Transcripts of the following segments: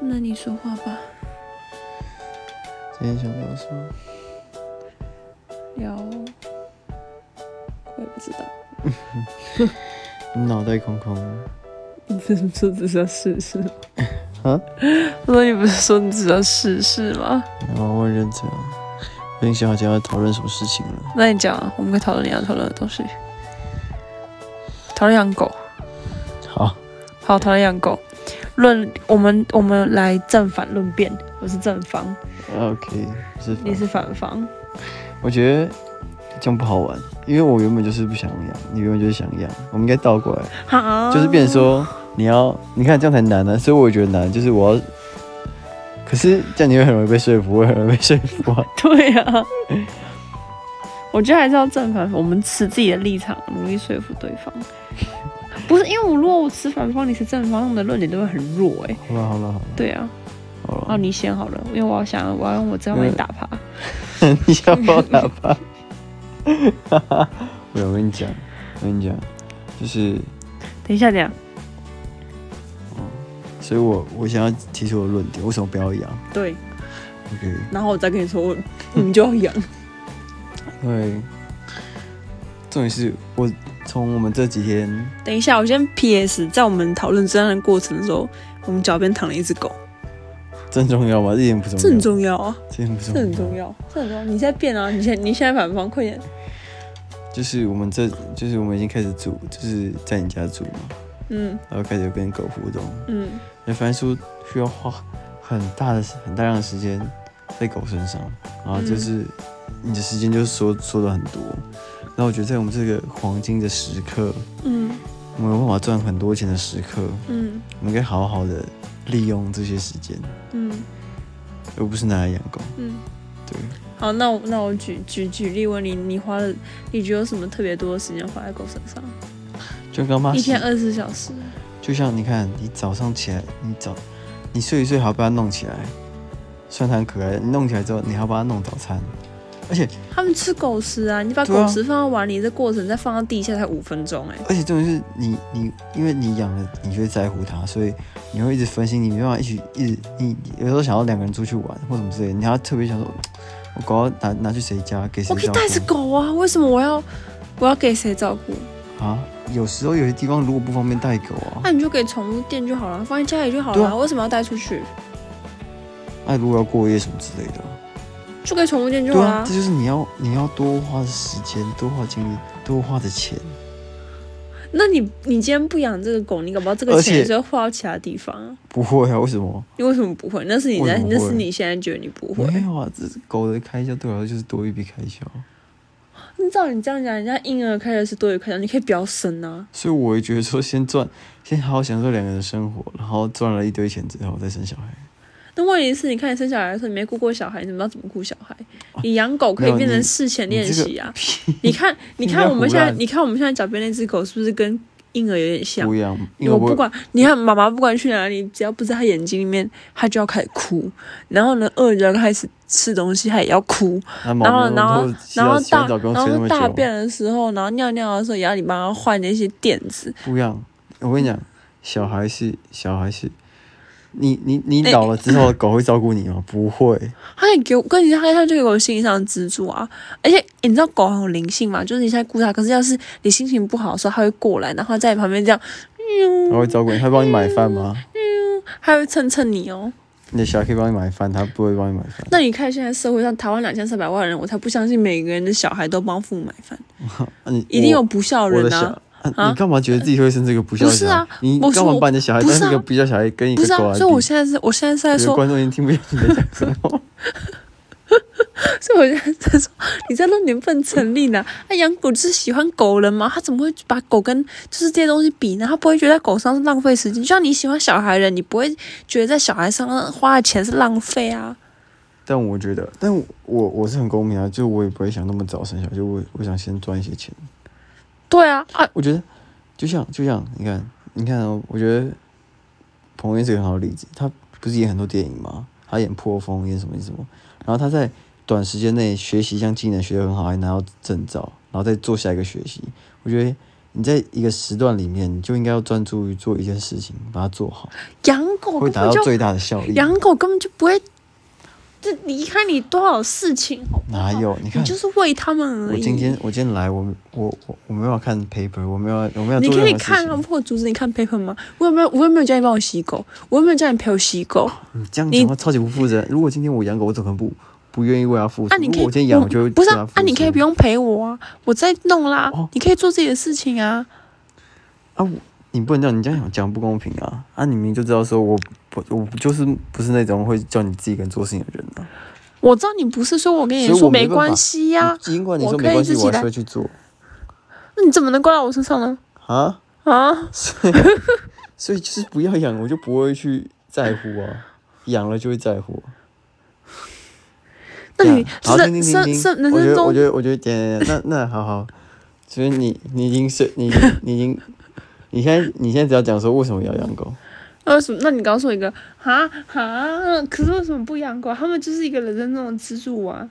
那你说话吧，今天想聊什么？聊，我也不知道，你脑袋空空的你不是说只知道试试吗？啊？我说你不是说你只知道试试吗？然后我很认真啊。我已经想好今天要讨论什么事情了。那你讲啊，我们可以讨论你要讨论的东西。讨论养狗，好，好，讨论养狗。论我们我们来正反论辩，我是正方， OK，是吧你是反方。我觉得这样不好玩，因为我原本就是不想养，你原本就是想养，我们应该倒过来，好，就是变成说你要，你看这样才难呢、所以我也觉得难，就是我要，可是这样你会很容易被说服，我也很容易被说服啊。 对啊。我觉得还是要正反，我们持自己的立场，努力说服对 方。不是因为我如果我持反方，你是正方，我们的论点都会很弱哎、好了好了好了对啊，好了，哦，你先好了，因为我要想我要用我这样把你打趴。 你要我喇叭？没 有，我跟你讲，我跟你讲，就是，等一下，等一下，所以我我想要提出我的论点，为什么不要养对， ？OK，然后我再跟你说，我们就要养。因为重点是我从我们这几天，等一下，我先 P.S. 在我们讨论这样的过程的时候，我们脚边躺了一只狗，这很重要吗？这一点不重要，这很重要啊，这一点不重这要，很重要，这很重要。你在变啊，你现你现在反方，快点。就是我们这就是我们已经开始住，就是在你家住嘛，嗯然后开始跟狗互动，嗯，那翻书需要花很大的很大量的时间在狗身上，嗯然后就是、你的时间就缩缩的很多。那我觉得在我们这个黄金的时刻，嗯我们有办法赚很多钱的时刻，嗯我们应该好好的利用这些时间，嗯而不是拿来养狗。嗯。对，好，那我那我举举举例问你，你花了，你觉得有什么特别多的时间花在狗身上？就刚妈一天二十四小时。就像你看，你早上起来，你早你睡一睡，还要把它弄起来，虽然它很可爱，你弄起来之后，你还要把它弄早餐，而且他们吃狗食啊，你把对啊狗食放到碗里，这过程再放到地下才五分钟、哎，而且重点是你你，因为你养了，你就会在乎它，所以你会一直分心，你没办法一起一直你你有时候想要两个人出去玩或什么之类的，你还要特别想说，嗯我狗要拿拿去谁家给谁我可以照带着顾狗啊，为什么我要我要给谁照顾？啊？有时候有些地方如果不方便带狗啊，那、你就给宠物店就好了，放在家里就好对了，啊为什么要带出去？那、啊如果要过夜什么之类的啊，就给宠物店就好对了、啊，这就是你要你要多花的时间、多花精力、多花的钱，那你你今天不养这个狗，你搞不好这个而且钱是要花到其他地方啊。不会啊？为什么？你为什么不会？那是你为在什，么不那会是你现在觉得你不会。没有啊，这狗的开销对我来说就是多一笔开销，那照你这样讲，人家婴儿开的是多余开销，你可以不要生啊。所以我也觉得说先赚，先好好享受两个人的生活，然后赚了一堆钱之后再生小孩。那问题是，你看你生小孩的时候，你没顾过小孩，你怎么知道怎么顾小孩？你养狗可以变成事前练习啊。 你看，你哦 你看在我们现在，胡乱你看我们现在脚边那只狗是不是跟婴儿有点像不？一样，因为我我不管，你看妈妈不管去哪里，只要不在她眼睛里面，她就要开始哭。然后呢，饿就要开始吃东西，她也要哭。然然后，然后，然后大，澡不用然吹那后么大久，啊便的时候，然后尿尿的时候，也要你帮她换那些垫子。不一样。我跟你讲，小孩是小孩是，你你哎你老了之后，狗会照顾你吗？不会，他可以给我，跟你讲，他就给我心理上的支柱啊。而且、诶你知道狗很有灵性嘛，就是你现在顾它，可是要是你心情不好的时候，它会过来，然后在你旁边这样，它会照顾你，它会帮你买饭吗？它会蹭蹭你哦。你的小孩可以帮你买饭，它不会帮你买饭。那你看现在社会上台湾两千三百万人，我才不相信每个人的小孩都帮父母买饭，啊你一定有我不孝我的人小啊。啊！你干嘛觉得自己会生这个不孝不是小孩啊？你我是干嘛我把你的小孩不当是一个啊不孝小孩，跟一不个是啊狗，来比？所以我现在是，我现在是在有些说，观众已经听不见你啊在讲什么。 所以我现在在说，你这论点不能成立呢。他养狗就是喜欢狗人嘛，他怎么会把狗跟就是这些东西比呢？他不会觉得在狗上是浪费时间，就像你喜欢小孩人，你不会觉得在小孩上花的钱是浪费啊。但我觉得，但我我我是很公平啊，就我也不会想那么早生小孩，就我我想先赚一些钱。对啊，啊，我觉得就像就像你看，你看、哦，我觉得彭于晏是个很好的例子。他不是演很多电影吗？他演破风，演什么演什么，然后他在短时间内学习一项技能学得很好，还拿到证照，然后再做下一个学习。我觉得你在一个时段里面，你就应该要专注于做一件事情，把它做好。养狗会根达本到就最大的效益。养狗根本就不会这离开你多少事情，好不好哪有你看就是喂它们而我已。今天我今天来，我我我我没有要看 paper，我没有要我没有你做可以任何看啊，事情。我有阻止你看 paper 吗？我有没有我有没有叫你帮我洗狗？我有没有叫你陪我洗狗？你这样你讲话超级不负责任。如果今天我养狗，我怎么可能不不愿意为它付出？啊，你如可果以我今天养，我就会不是对它啊付，啊，你可以出不用陪我啊，我在弄啦，哦你可以做自己的事情啊。啊，我你不能这样，你这样讲讲不公平啊！啊，你明明就知道说我不我就是不是那种会叫你自己一个人做事情的人啊。我知道你不是说我跟你所以说我没办法嗯关系呀、你尽管你啊我说可没以关系，自己我还来是会去做那你怎么能怪到我身上呢？啊。啊，所以所以就是不要养，我就不会去在乎啊。养了就会在乎啊。那这你样好，听生听生听生听，人我觉生中得我觉得我觉得点点点，那那好好，就是你你已经是你已经你已经你现在你现在只要讲说为什么要养狗，呃什么？那你告诉我一个啊啊，可是为什么不养狗？他们就是一个人生中的支柱啊。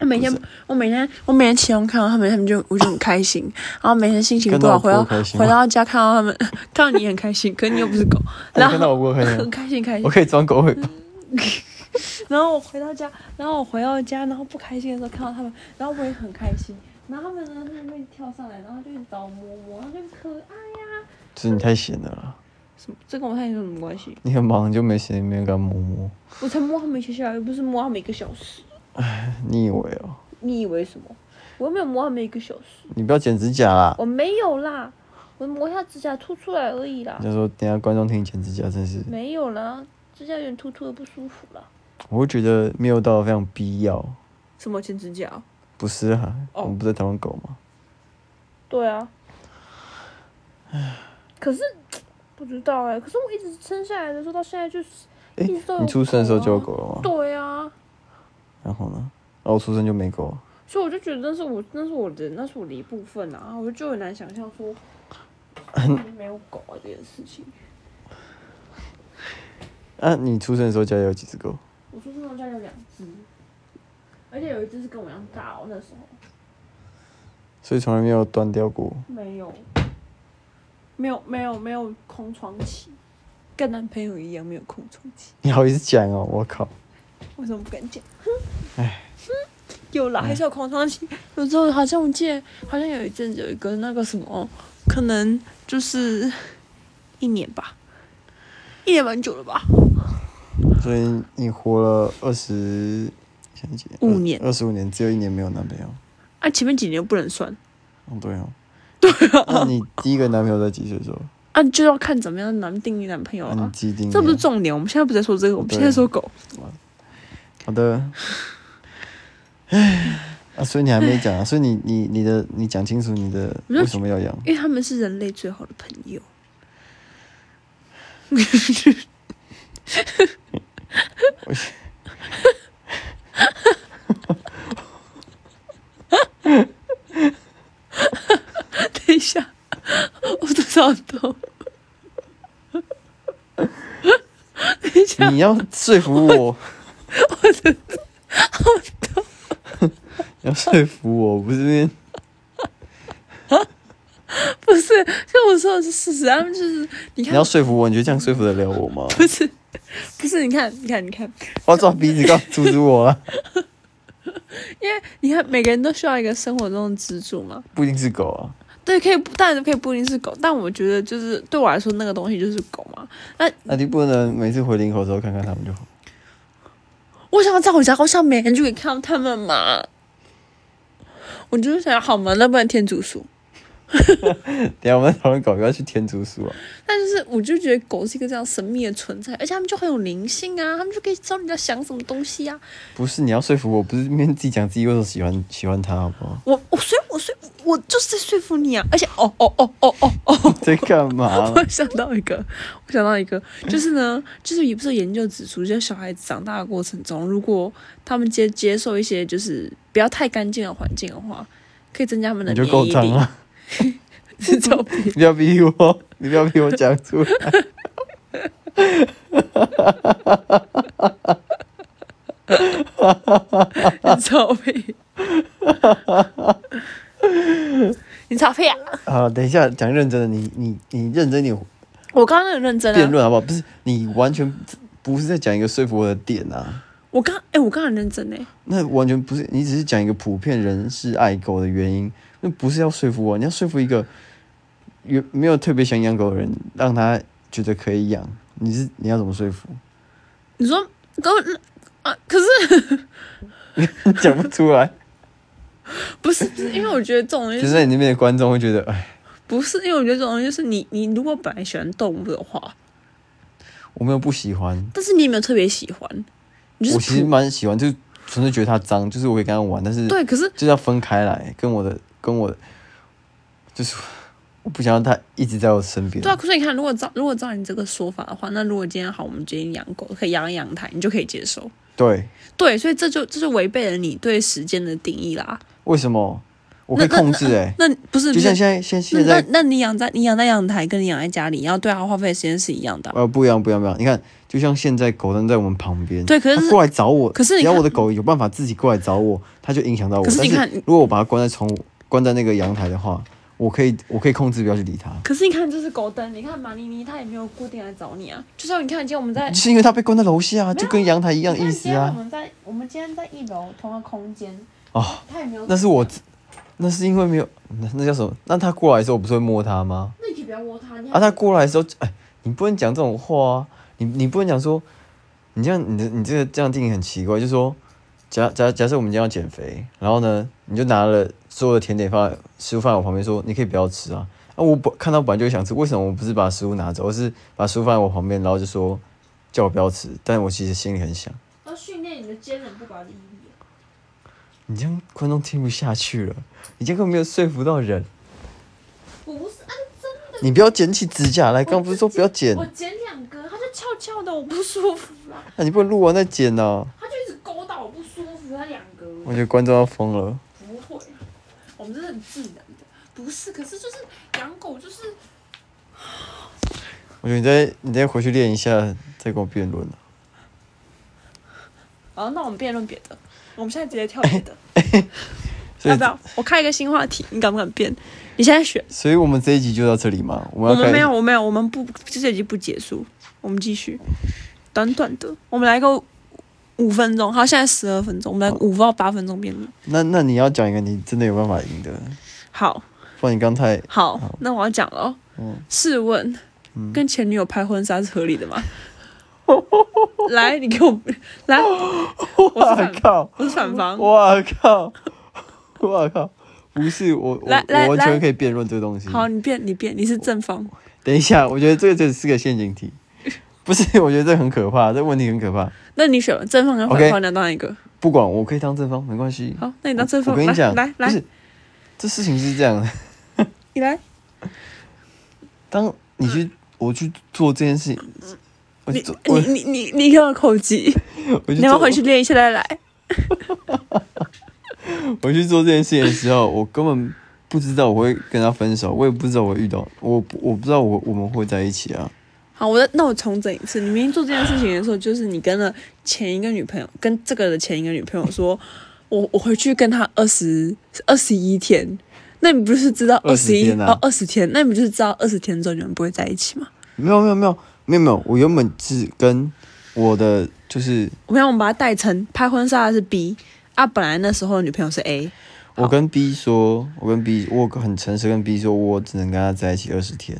我每天不，我每天，我每天起床看到他们，他们就我就很开心。然后每天心情看不到好，我回到不开心回吗到家看到他们， 看到你很开心，可是你又不是狗， 我然看到后我不 会开心很吗，开心开心我。可以装狗会。然后我回到家，然后我回到家，然后不开心的时候看到他们，然后我也很开心。然后他们呢，他们会跳上来，然后就一直找我摸摸，然后就可爱呀、就是你太闲了啦，什么？这跟我太太有什么关系？你很忙你就没时间没人敢摸摸，我才摸他们一下下，又不是摸他们一个小时。你以为哦？你以为什么？我又没有摸他们一个小时，你不要剪指甲啦！我没有啦，我磨一下指甲凸出来而已啦，就说等一下观众听你剪指甲，真是没有啦，指甲有点凸凸的不舒服啦。我会觉得没有到非常必要，什么剪指甲哦？不是啊？哦我们不是在讨论狗吗？对啊。可是不知道哎、可是我一直生下来的时候到现在就是诶一直都有你出生的时候就有狗狗了啊。吗？对啊，然后呢？哦，我出生就没狗，所以我就觉得那是我那是我的那是我的一部分啊，我就很难想象说没有狗啊这件事情。啊，你出生的时候家里有几只狗？我出生的时候家有两只，而且有一只是跟我一样大哦，那时候所以从来没有断掉过。没有，没有没有没有空窗期，跟男朋友一样没有空窗期，你好意思讲哦？我靠！为什么不敢讲？唉，有啦，还是有空窗期。有时候好像我记得，好像有一阵子有一个那个什么，可能就是一年吧，一年蛮久了吧？所以你活了二十，想几五年二十五年，只有一年没有男朋友。啊，前面几年又不能算哦，对哦，对啊。那你第一个男朋友在几岁的时候？啊，就要看怎么样男定义男朋友啊，你啊。既定这不是了重点，我们现在不在说这个，我们现在说狗。好的。唉，啊，所以你还没讲啊，所以你你你的你讲清楚你的没有为什么要养，因为他们是人类最好的朋友。等一下，我肚子好痛。等一下，你要说服我，你要说服我，不是因为不是，像我说的是事实，他们就是你你看要，说服我，你觉得这样说服得了我吗？不是，不是，你看，你看，你看，我要抓鼻子，告阻止我啊！因为你看，每个人都需要一个生活中的支柱嘛。不一定是狗啊，对，可以不，当然可以不一定是狗，但我觉得就是对我来说，那个东西就是狗嘛。那你不能每次回林口的时候看看他们就好。我想要在我家楼下每天就可以看到他们嘛。我就是想，好嘛，那不然天竺鼠。等一下我们在讨论狗，不要去天竺鼠啊！但就是，我就觉得狗是一个这样神秘的存在，而且它们就很有灵性啊，它们就可以知道你在想什么东西啊。不是，你要说服我，不是面自己讲自己为什么喜欢喜欢它，好不好？ 我我所以我所以我就是在说服你啊，而且哦哦哦哦哦哦，在干 嘛？我想到一个，我想到一个，就是呢，就是也不是有研究指出，就是小孩子长大的过程中，如果他们接接受一些就是不要太干净的环境的话，可以增加他们的你就免够疫脏力。了，是这种你不要逼我， 你不要逼我讲出来。 照片。 你照片、啊？啊好，等一下讲认真的，你你你认真一点，我我刚刚很认真辩啊，论好不好？不是你完全不是在讲一个说服我的点啊，我刚哎、我刚刚很认真哎、那完全不是，你只是讲一个普遍人是爱狗的原因，那不是要说服我，你要说服一个有没有特别想养狗的人，让他觉得可以养，你是你要怎么说服？ 你说跟我啊，可是讲不出来，不是不是因为我觉得这种东西 就是在你那边的观众会觉得，哎，不是，因为我觉得这种东西就是你，你如果本来喜欢动物的话，我没有不喜欢，但是你也没有特别喜欢，你就我是其实普蛮喜欢，就是纯粹觉得它脏，就是我可以跟它玩，但是对，可是就是要分开来，跟我的跟我的，就是我不想让它一直在我身边。对啊，可是你看，如果照如果照你这个说法的话，那如果今天好，我们决定养狗，可以养在阳台，你就可以接受。对，对，所以这就这就违背了你对时间的定义啦。为什么我可以那那控制、欸？那不是哎，不就是像现在现那现那在那你养在你养在阳台，跟你养在家里，你要对它花费的时间是一样的啊、呃不一样不一样不一样，你看，就像现在狗站在我们旁边，对可是它过来找我，可是你只要看我的狗有办法自己过来找我，它就影响到我。可是你但看是如果我把它关在窗户，关在那个阳台的话，我可以我可以控制不要去理它，可是你看，这是狗灯，你看马尼尼它也没有固定来找你啊。就像你看，今天我们在就是因为它被关在楼下，啊就跟阳台一样你看意今思天我啊。们在我们今天在一楼同个空间，哦，它也没有。那是我自，那是因为没有，那那叫什么？那它过来的时候，我不是会摸它吗？那你可以不要窝它，你啊，它过来的时候，哎，你不能讲这种话啊！你你不能讲说，你这样你的你这个这样定义很奇怪，就是说，假假假设我们今天要减肥，然后呢，你就拿了所有的甜点放在食物放在我旁边，说你可以不要吃啊。啊，我本看到本来就会想吃，为什么我不是把食物拿走，而是把食物放在我旁边，然后就说叫我不要吃？但我其实心里很想，要训练你的坚韧不拔的毅力。你这样观众听不下去了，你这个没有说服到人。我不是啊，真的。 你不要捡起指甲来，刚刚不是说不要 剪啊我？剪两根，它就翘翘的，我不舒服啦。那、你不能录完再剪呢、它就一直勾到我不舒服，它两个我觉得观众要疯了。不会，我们这是很自然的，不是？可是就是养狗就是我觉得你再你再回去练一下，再跟我辩论了。啊好，哦那我们辩论别的，我们现在直接跳别的，所要以不，要？我开一个新话题，你敢不敢辩？你现在选。所以我们这一集就到这里嘛。我们我要开们没有，我没有，我们不，这一集不结束，我们继续，短短的，我们来个五五分钟，好，现在十二分钟，我们来个五到八分钟辩论。那那你要讲一个你真的有办法赢的，好，不然你刚才好，那我要讲了哦。嗯试问，跟前女友拍婚纱是合理的 吗？来，你给我来， 我是哇反，靠，我是反方。哇靠，哇靠，不是我我来来我完来全可以辩论这个东西。好，你变，你变，你是正方。等一下，我觉得这个这是个陷阱题，不是？我觉得这很可怕，这问题很可怕。那你选吧正方跟反 OK 方，你要当一个。不管，我可以当正方，没关系。好，那你当正我方。跟你讲，来来不来是，这事情是这样的，你来。当你去、我去做这件事情，我嗯去你做我你你你你给我口技，我去你要不要做回去练一下再来。我去做这件事情的时候，我根本不知道我会跟他分手，我也不知道我会遇到我不我不知道我我们会在一起啊。好，我再那我重整一次。你明天做这件事情的时候，就是你跟了前一个女朋友，跟这个的前一个女朋友说，我我回去跟她二十二十一天，那你不是知道二20十一天啊哦二十天，那你不就是知道二十天之后你们不会在一起吗？没有没有没有没有没有，我原本是跟我的就是我们我们把它代成拍婚纱的是 B 啊，本来那时候的女朋友是 A，我跟 B 说，我跟 B 我很诚实跟 B 说，我只能跟他在一起二十天。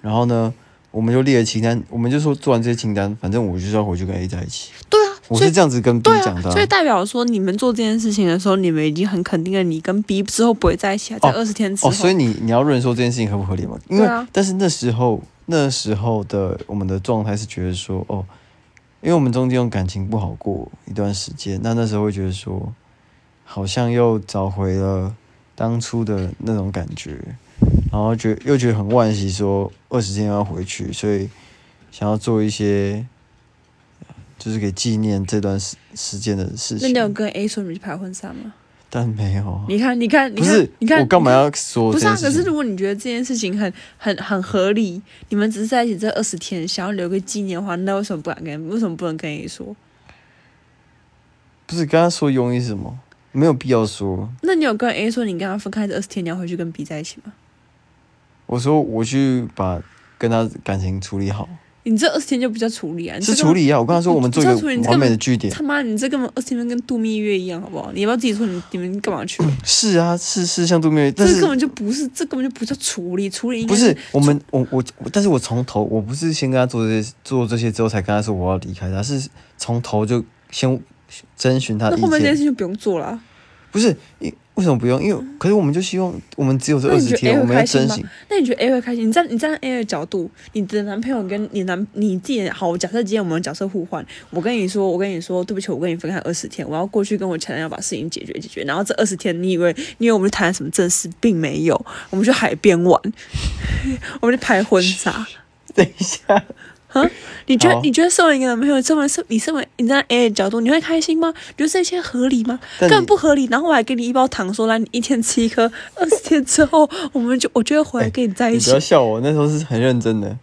然后呢，我们就列了清单，我们就说做完这些清单，反正我就是要回去跟 A 在一起。对啊，我所以是这样子跟 B 对讲啊，的啊、所以代表说你们做这件事情的时候，你们已经很肯定了你跟 B 之后不会在一起啊，在哦二十天之后。哦，所以你你要论说这件事情合不合理嘛？因对为、啊但是那时候那时候的我们的状态是觉得说，哦，因为我们中间用感情不好过一段时间，那那时候会觉得说，好像又找回了当初的那种感觉，然后觉又觉得很惋惜说二十天要回去，所以想要做一些。就是给纪念这段时时间的事那你有情，跟 A 说你们去拍婚纱吗？但没有啊。你看，你看，你不看是，，你看，我干嘛你看要说不这是件啊，可事是情？如果你觉得这件事情很很很合理，你们只是在一起这二十天，想要留个纪念的话，那为什么不敢跟？为什么不能跟你说？不是跟他说用意是什么？没有必要说。那你有跟 A 说你跟他分开这二十天，你要回去跟 B 在一起吗？我说我去把跟他感情处理好，你这二十天就不叫处理啊，你是这根处本理啊。我跟他说，我们做一不是处理你个这个完美的据点。他妈，你这根本二十天跟度蜜月一样，好不好？你要不要自己说你你们干嘛去？是啊，是是像杜妹，这但根是本就不是，这根本就不叫处理，处理应该不是我们我我，我但是我从头我不是先跟他做这些做这些之后才跟他说我要离开他，是从头就先征询他那的意后面这件见。事就不用做了啊。不是，因为什么不用？因为可是我们就希望我们只有这那二你觉十得 A 天，我会们要开心珍吗惜。？那你觉得 A 会开心？你站你站在 A 的角度，你的男朋友跟你男你自己的好，假设今天我们角色互换，我跟你说，我跟你说，对不起，我跟你分开二十天，我要过去跟我前男友把事情解决解决。然后这二十天，你以为你以为我们去谈什么正事，并没有，我们去海边玩，我们去拍婚纱。等一 下，你觉得好你觉得身为一个男朋友，身为身你身为你站在 A 的角度，你会开心吗？你觉得这些合理吗？但根你本不合理。然后我还给你一包糖说，来你一天吃一颗，二十天之后我们就我就会回来跟你在一哎你起。不要笑我，那时候是很认真的。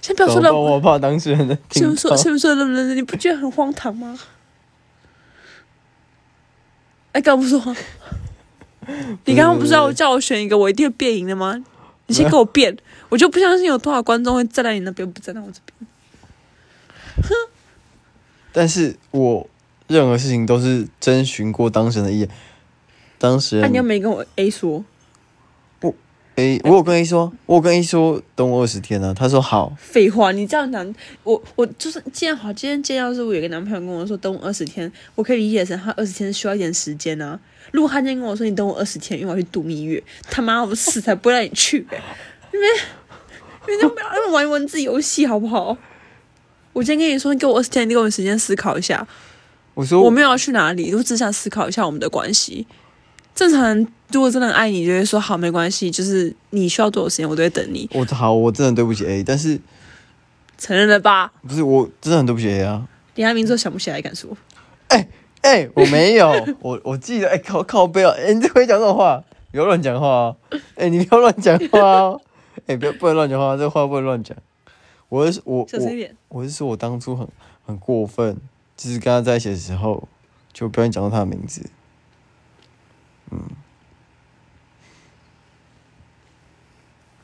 先不要说怎么认办，我怕当事人在先听不说到。先不说认不认真，你不觉得很荒唐吗？哎，刚刚不说 吗？你刚刚不是要叫我选一个，我一定会变赢的吗？你先给我变，我就不相信有多少观众会站在你那边，不站在我这边。但是我任何事情都是征询过当事人的意见。当事啊那、你又人没跟我 A 说， A，我有跟 A 说，我有跟 A 说等我二十天呢、啊，他说好，废话，你这样讲，我我就是既然好，今天今天要是我有一个男朋友跟我说等我二十天，我可以理解成他二十天是需要一点时间啊。如果他今天跟我说你等我二十天，因为我要去度蜜月，他妈我死才不会让你去、欸，因为因为不要让我玩文字游戏好不好？我今天跟你说，你给我二十天，你给我时间思考一下，我说我没有要去哪里，我只想思考一下我们的关系。正常人如果真的爱你，就会说好没关系，就是你需要多少时间，我都会等你，我好，我真的对不起 A，但是承认了吧？不是我真的很对不起 A 啊。连他名字都想不起来，敢说？哎、我没有， 我我记得，哎、靠靠背哦、哎、你这会讲这种话，不要乱讲话哦、哎、你不要乱讲话哦、哎、不要不能乱讲话，这话不能乱讲。我是我小我声一点。我是说我当初很很过分，就是跟他在一起的时候，就不小心讲到他的名字。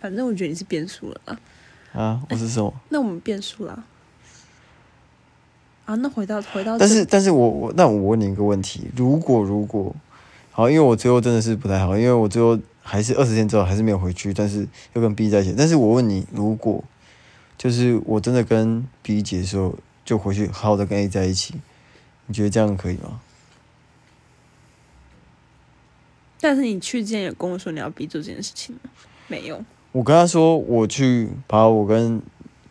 反正我觉得你是变数了啦。啊，我是什么？那我们变数啦。啊，那回到回到但正是，但是我我那我问你一个问题：如果如果好，因为我最后真的是不太好，因为我最后还是二十天之后还是没有回去，但是又跟 B 在一起。但是我问你，如果就是我真的跟 B 结束，就回去好好的跟 A 在一起，你觉得这样可以吗？但是你去之前有跟我说你要逼做这件事情吗？没有。我跟他说我去把我跟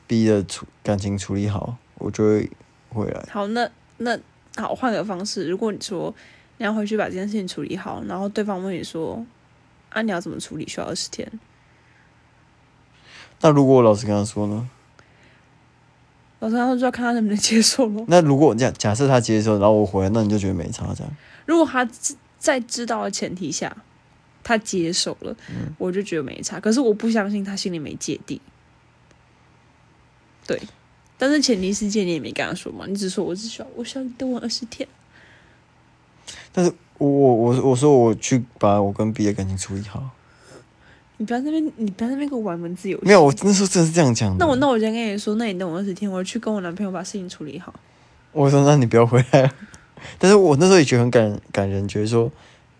B 的处感情处理好，我就会回来。好，那那好，换个方式。如果你说你要回去把这件事情处理好，然后对方问你说啊，你要怎么处理？需要二十天。那如果我老实跟他说呢？老师他说就要看他能不能接受咯。那如果我这样假设他接受，然后我回来，那你就觉得没差这样？如果他知在知道的前提下，他接受了，嗯我就觉得没差。可是我不相信他心里没芥蒂。对，但是前提是戒你也没跟他说嘛，你只说我只需要，我需要你等我二十天。我我我我说我去把我跟 B 的感情处理好，你不要在那边，你不要在那边给我玩文字游戏。没有，我那时候真的是这样讲的。那我那我先跟你说，那你等我二十天，我去跟我男朋友把事情处理好。我说那你不要回来了，但是我那时候也觉得很感感人，觉得说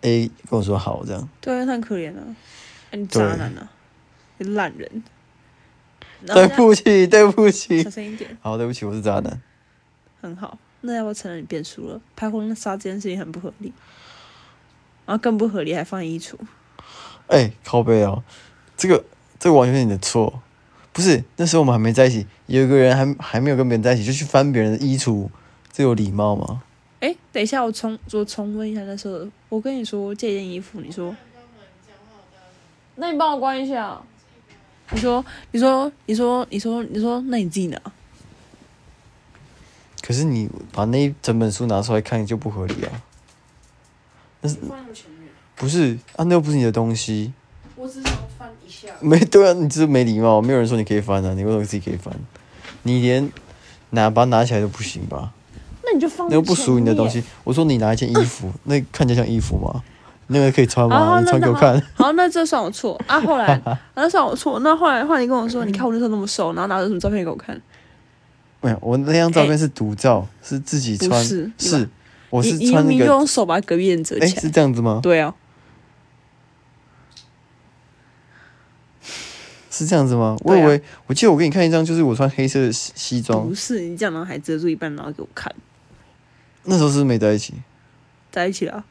A 跟我说好这样，对啊，他很可怜啊，啊你渣对男啊，你烂人。然后对人家不起对不起小，声一点，好对不起，我是渣男。很好。那要不要承认你变输了？拍婚纱这件事情很不合理，然后更不合理还放衣橱。哎、靠背哦，这个这个完全是你的错，不是那时候我们还没在一起，有一个人还还没有跟别人在一起就去翻别人的衣橱，这有礼貌吗？哎，等一下，我重我重温一下那时候的，我跟你说借一件衣服，你说，那你帮我关一下。你说，你说，你说，你说，你说，那你自己拿。可是你把那一整本书拿出来看就不合理啊，放在前面，不是啊，那又不是你的东西。我只想翻一下。没对啊，你这没礼貌，没有人说你可以翻啊，你为什么自己可以翻？你连拿把它拿起来都不行吧？那你就放。那又不属于你的东。西。我说你拿一件衣服，那看起来像衣服吗？那个可以好穿吗？好你那穿给我看。 好，那这算我错啊。后来，那算我错。那后来，后来你跟我说，你看我那时候那么瘦，然后拿着什么照片给我看？没有，我那张照片是独照，是自己不穿，是你是我你是你明穿那明就个，用手把隔壁人折哎，起来。是这样子吗？对啊，是这样子吗？我对啊以为，我记得我给你看一张，就是我穿黑色的西西装不，是你这样，然后还遮住一半，然后给我看，那时候是不是没在一 起。在一起了。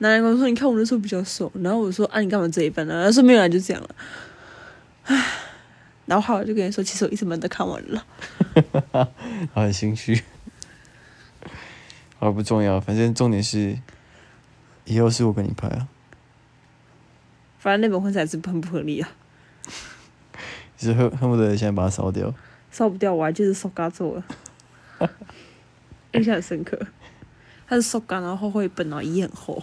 男人跟我说：“你看我那时候比较瘦。”然后我说：“啊，你干嘛这一半呢？”他说：“没有啦，啊就这样了。”唉，然后后来我就跟你说：“其实我一直门都看完了。啊，很心虚。好，不重要，反正重点是，以后是我跟你拍啊，反正那本婚纱还是很不合理啊，就是恨恨不得现在把它烧掉。烧不掉，我还记得烧嘎做了，印象很深刻。它是烧嘎，然后后绘本，然后一页很厚。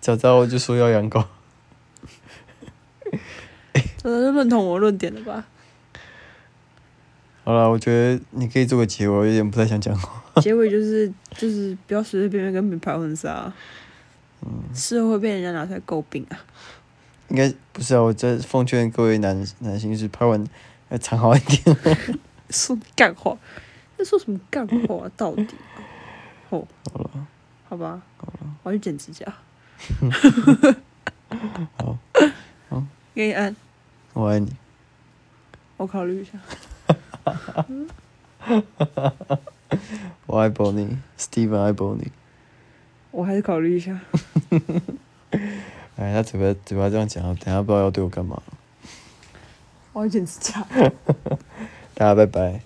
早知道我就说要养狗，呃，认同我论点了吧？ 好了，我觉得你可以做个结尾，我有点不太想讲话。结尾就是就是不要随随便便跟别人拍婚纱，啊事后会被人家拿出来诟病啊。应该不是啊，我在奉劝各位男男性是拍完要藏好一点。 说干话，在说什么干话、 啊？到底、啊？哦，好了，好吧，我要去剪指甲。 好， 给你按，我爱你。我考虑一下。我爱 Bonnie，Steven 爱 Bonnie。我还是考虑一下。哎，他嘴巴嘴巴这样讲，等一下不知道要对我干嘛。 我要剪指甲。大家拜拜。